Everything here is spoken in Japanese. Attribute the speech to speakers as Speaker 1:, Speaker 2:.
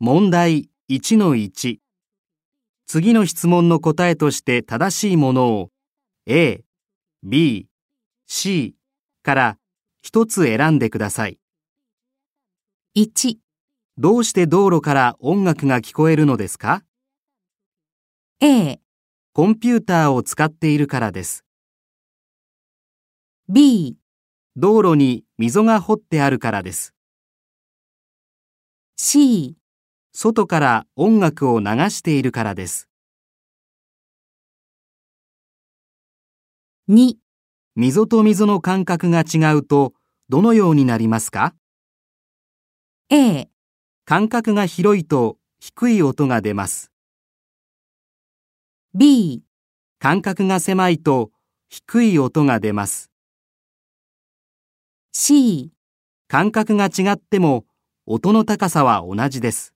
Speaker 1: 問題1-1次の質問の答えとして正しいものを A、B、C から一つ選んでください。
Speaker 2: 1、
Speaker 1: どうして道路から音楽が聞こえるのですか
Speaker 2: A、
Speaker 1: コンピューターを使っているからです。
Speaker 2: B、
Speaker 1: 道路に溝が掘ってあるからです。
Speaker 2: C、
Speaker 1: 外から音楽を流しているからです。
Speaker 2: 2、
Speaker 1: 溝と溝の間隔が違うとどのようになりますか
Speaker 2: A、
Speaker 1: 間隔が広いと低い音が出ます。
Speaker 2: B、
Speaker 1: 間隔が狭いと低い音が出ます。
Speaker 2: C。
Speaker 1: 間隔が違っても音の高さは同じです。